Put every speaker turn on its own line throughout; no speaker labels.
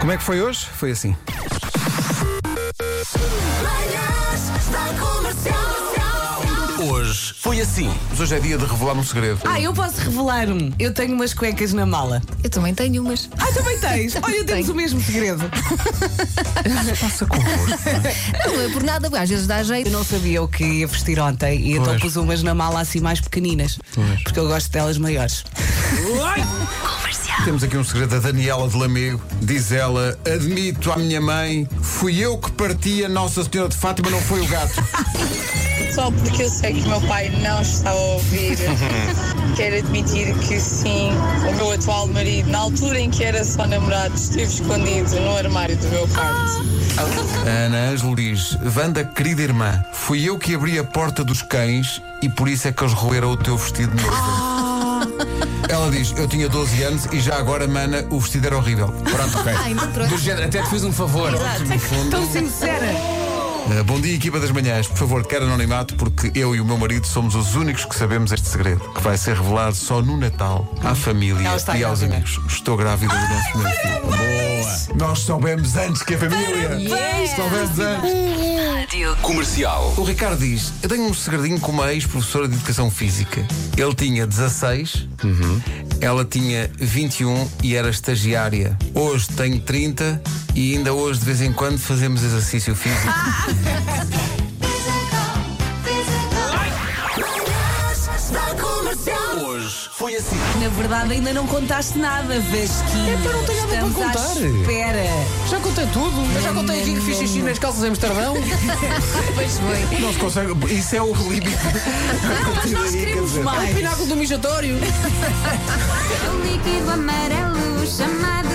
Como é que foi hoje? Foi assim.
Manhãs da Comercial.
Hoje foi assim. Mas hoje é dia de revelar um segredo.
Ah, eu posso revelar um. Eu tenho umas cuecas na mala.
Eu também tenho um umas.
Ah, também tens. Olha, temos
Tenho.
o mesmo segredo.
Não é por nada, às vezes dá
Eu
jeito.
não sabia o que ia vestir ontem e então
Pois.
pus umas na mala assim mais pequeninas. Porque eu gosto delas maiores.
Temos aqui um segredo da Daniela de Lamego. Diz ela: Admito à minha mãe, fui eu que parti a Nossa Senhora de Fátima, não foi o gato.
Só porque eu sei que o meu pai não está a ouvir, quero admitir que sim, o meu atual marido, na altura em que era só namorado, esteve escondido no armário do meu quarto.
A Ana Ângelo diz: Wanda, querida irmã, fui eu que abri a porta dos cães e por isso é que eles roeram o teu vestido novo. Ela diz: Eu tinha 12 anos e já agora, mana, o vestido era horrível. Pronto, ok.
Ai, não trouxe.
Do género, até te fiz um favor.
Tão sincera.
Uh, bom dia, equipa das manhãs. Por favor, quero anonimato, porque eu e o meu marido somos os únicos que sabemos este segredo, que vai ser revelado só no Natal, à família
Hum. Ela está
e aos
grávida.
amigos. Estou grávida do nosso primeiro filho. Boa! Nós soubemos antes que a família. Soubemos antes.
Comercial.
O Ricardo diz: Eu tenho um segredinho com uma ex-professora de educação física. Ele tinha 16, ela tinha 21 e era estagiária. Hoje tenho 30 e ainda hoje, de vez em quando, fazemos exercício físico.
Ah,
Manhãs da Comercial.
Hoje foi assim.
Na verdade, ainda não contaste nada, Vasquinho.
É, pá, não tenho nada para
Estamos
contar.
à espera.
Já contei tudo. Eu já contei aqui que fiz xixi nas calças em Amsterdão.
Não se consegue. Isso é o limite.
Mas nós queremos
O
mais.
pináculo do mijatório.
Um líquido amarelo chamado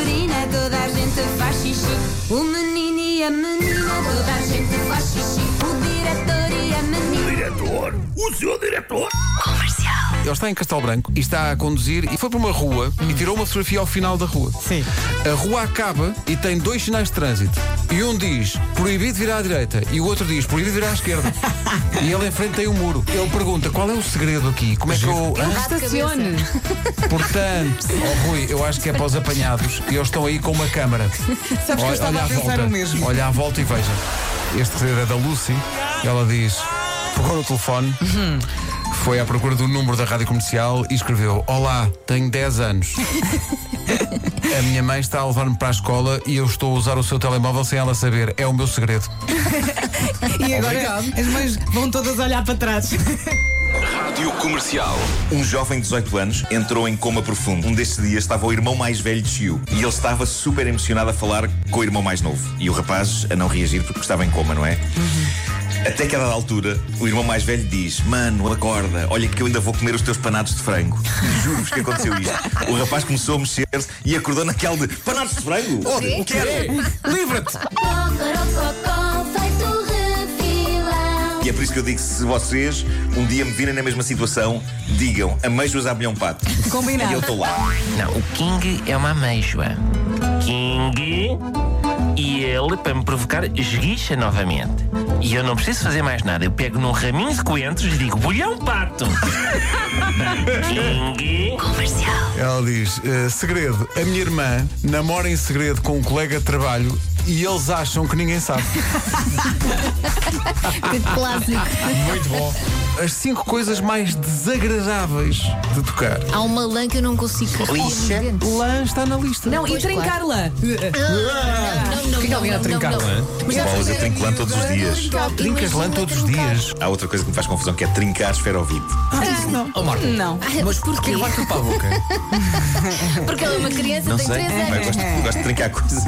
urina, toda a gente faz xixi. O menino e a menina, toda a gente faz xixi. O diretor e a menina.
Ele está em Castelo Branco e está a conduzir e foi para uma rua e tirou uma fotografia ao final da rua.
Sim.
A rua acaba e tem dois sinais de trânsito. E um diz proibido virar à direita e o outro diz proibido virar à esquerda. e ele em frente tem um muro. Ele pergunta qual é o segredo aqui? Como é que eu. Hã?
Estacione.
Portanto, oh, Rui, eu acho que é para os apanhados e eles estão aí com uma câmara.
Sabes que eu estava a pensar o mesmo.
Olha à volta e veja. Este segredo é da Lucy. Ela diz: procura o telefone. Foi à procura do número da rádio comercial e escreveu: Olá, tenho 10 anos. a minha mãe está a levar-me para a escola e eu estou a usar o seu telemóvel sem ela saber. É o meu segredo.
E agora as mães vão todas olhar para trás.
Rádio Comercial.
Um jovem de 18 anos entrou em coma profundo. Um destes dias estava o irmão mais velho de Chiu e ele estava super emocionado a falar com o irmão mais novo. E o rapaz a não reagir porque estava em coma, não é? Até que a dada altura, o irmão mais velho diz: Mano, acorda, olha que eu ainda vou comer os teus panados de frango. E Juro-vos que aconteceu isto. O rapaz começou a mexer-se e acordou naquele de panados de frango? o que é?" era?
Livra-te!
Cocorococó, feito refilão.
E é por isso que eu digo: se vocês um dia me virem na mesma situação, digam ameijoas à milhão pato.
Combinado.
E eu estou lá.
Não, o King é uma ameijoa. King. E ele, para me provocar, esguicha novamente. E eu não preciso fazer mais nada. Eu pego num raminho de coentros e digo: bolhão pato! King.
Ela diz: "Eh, Segredo, a minha irmã namora em segredo com um colega de trabalho e eles acham que ninguém sabe.
Que clássico.
Muito bom. As cinco coisas mais desagradáveis de tocar.
Há uma lã que eu não consigo carregar nos dentes.
Lã está na lista.
Não, e
Pois, claro.
trincar-la.
Não, não, não, não, não, não. Mas já
Bolas, eu
fizeram
tenho
isso.
lã todos os dias.
Trincas lã todos os dias.
Há outra coisa que me faz confusão que é trincar esferovite.
Não.
Ah, Mas porquê?
Vai para a boca.
Porque ela é uma criança,
Não
tem
sei,
3
É.
mas
anos.
gosto, gosto de trincar coisas.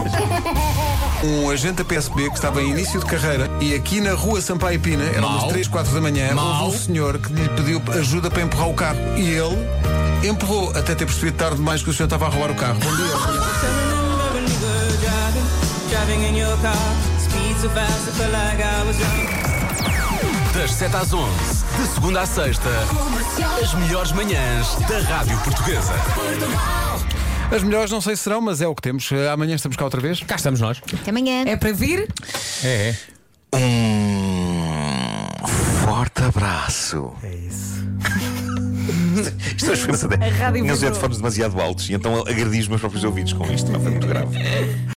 Um agente da PSB que estava em início de carreira e aqui na rua Sampaio Pina, eram umas 3, 4 da manhã, houve um senhor que lhe pediu ajuda para empurrar o carro. E ele empurrou, até ter percebido tarde demais que o senhor estava a roubar o carro. Bom dia.
Das 7 às 11, de segunda à sexta, as melhores manhãs da Rádio Portuguesa.
As melhores não sei se serão, mas é o que temos. Eh, Amanhã estamos cá outra vez.
Cá estamos nós.
Até amanhã.
É para vir?
Forte abraço. É isso. Isto hoje foi uma
rádio vibrou.
Meus headphones demasiado altos e então agredi os meus próprios ouvidos com isto. Não foi muito grave.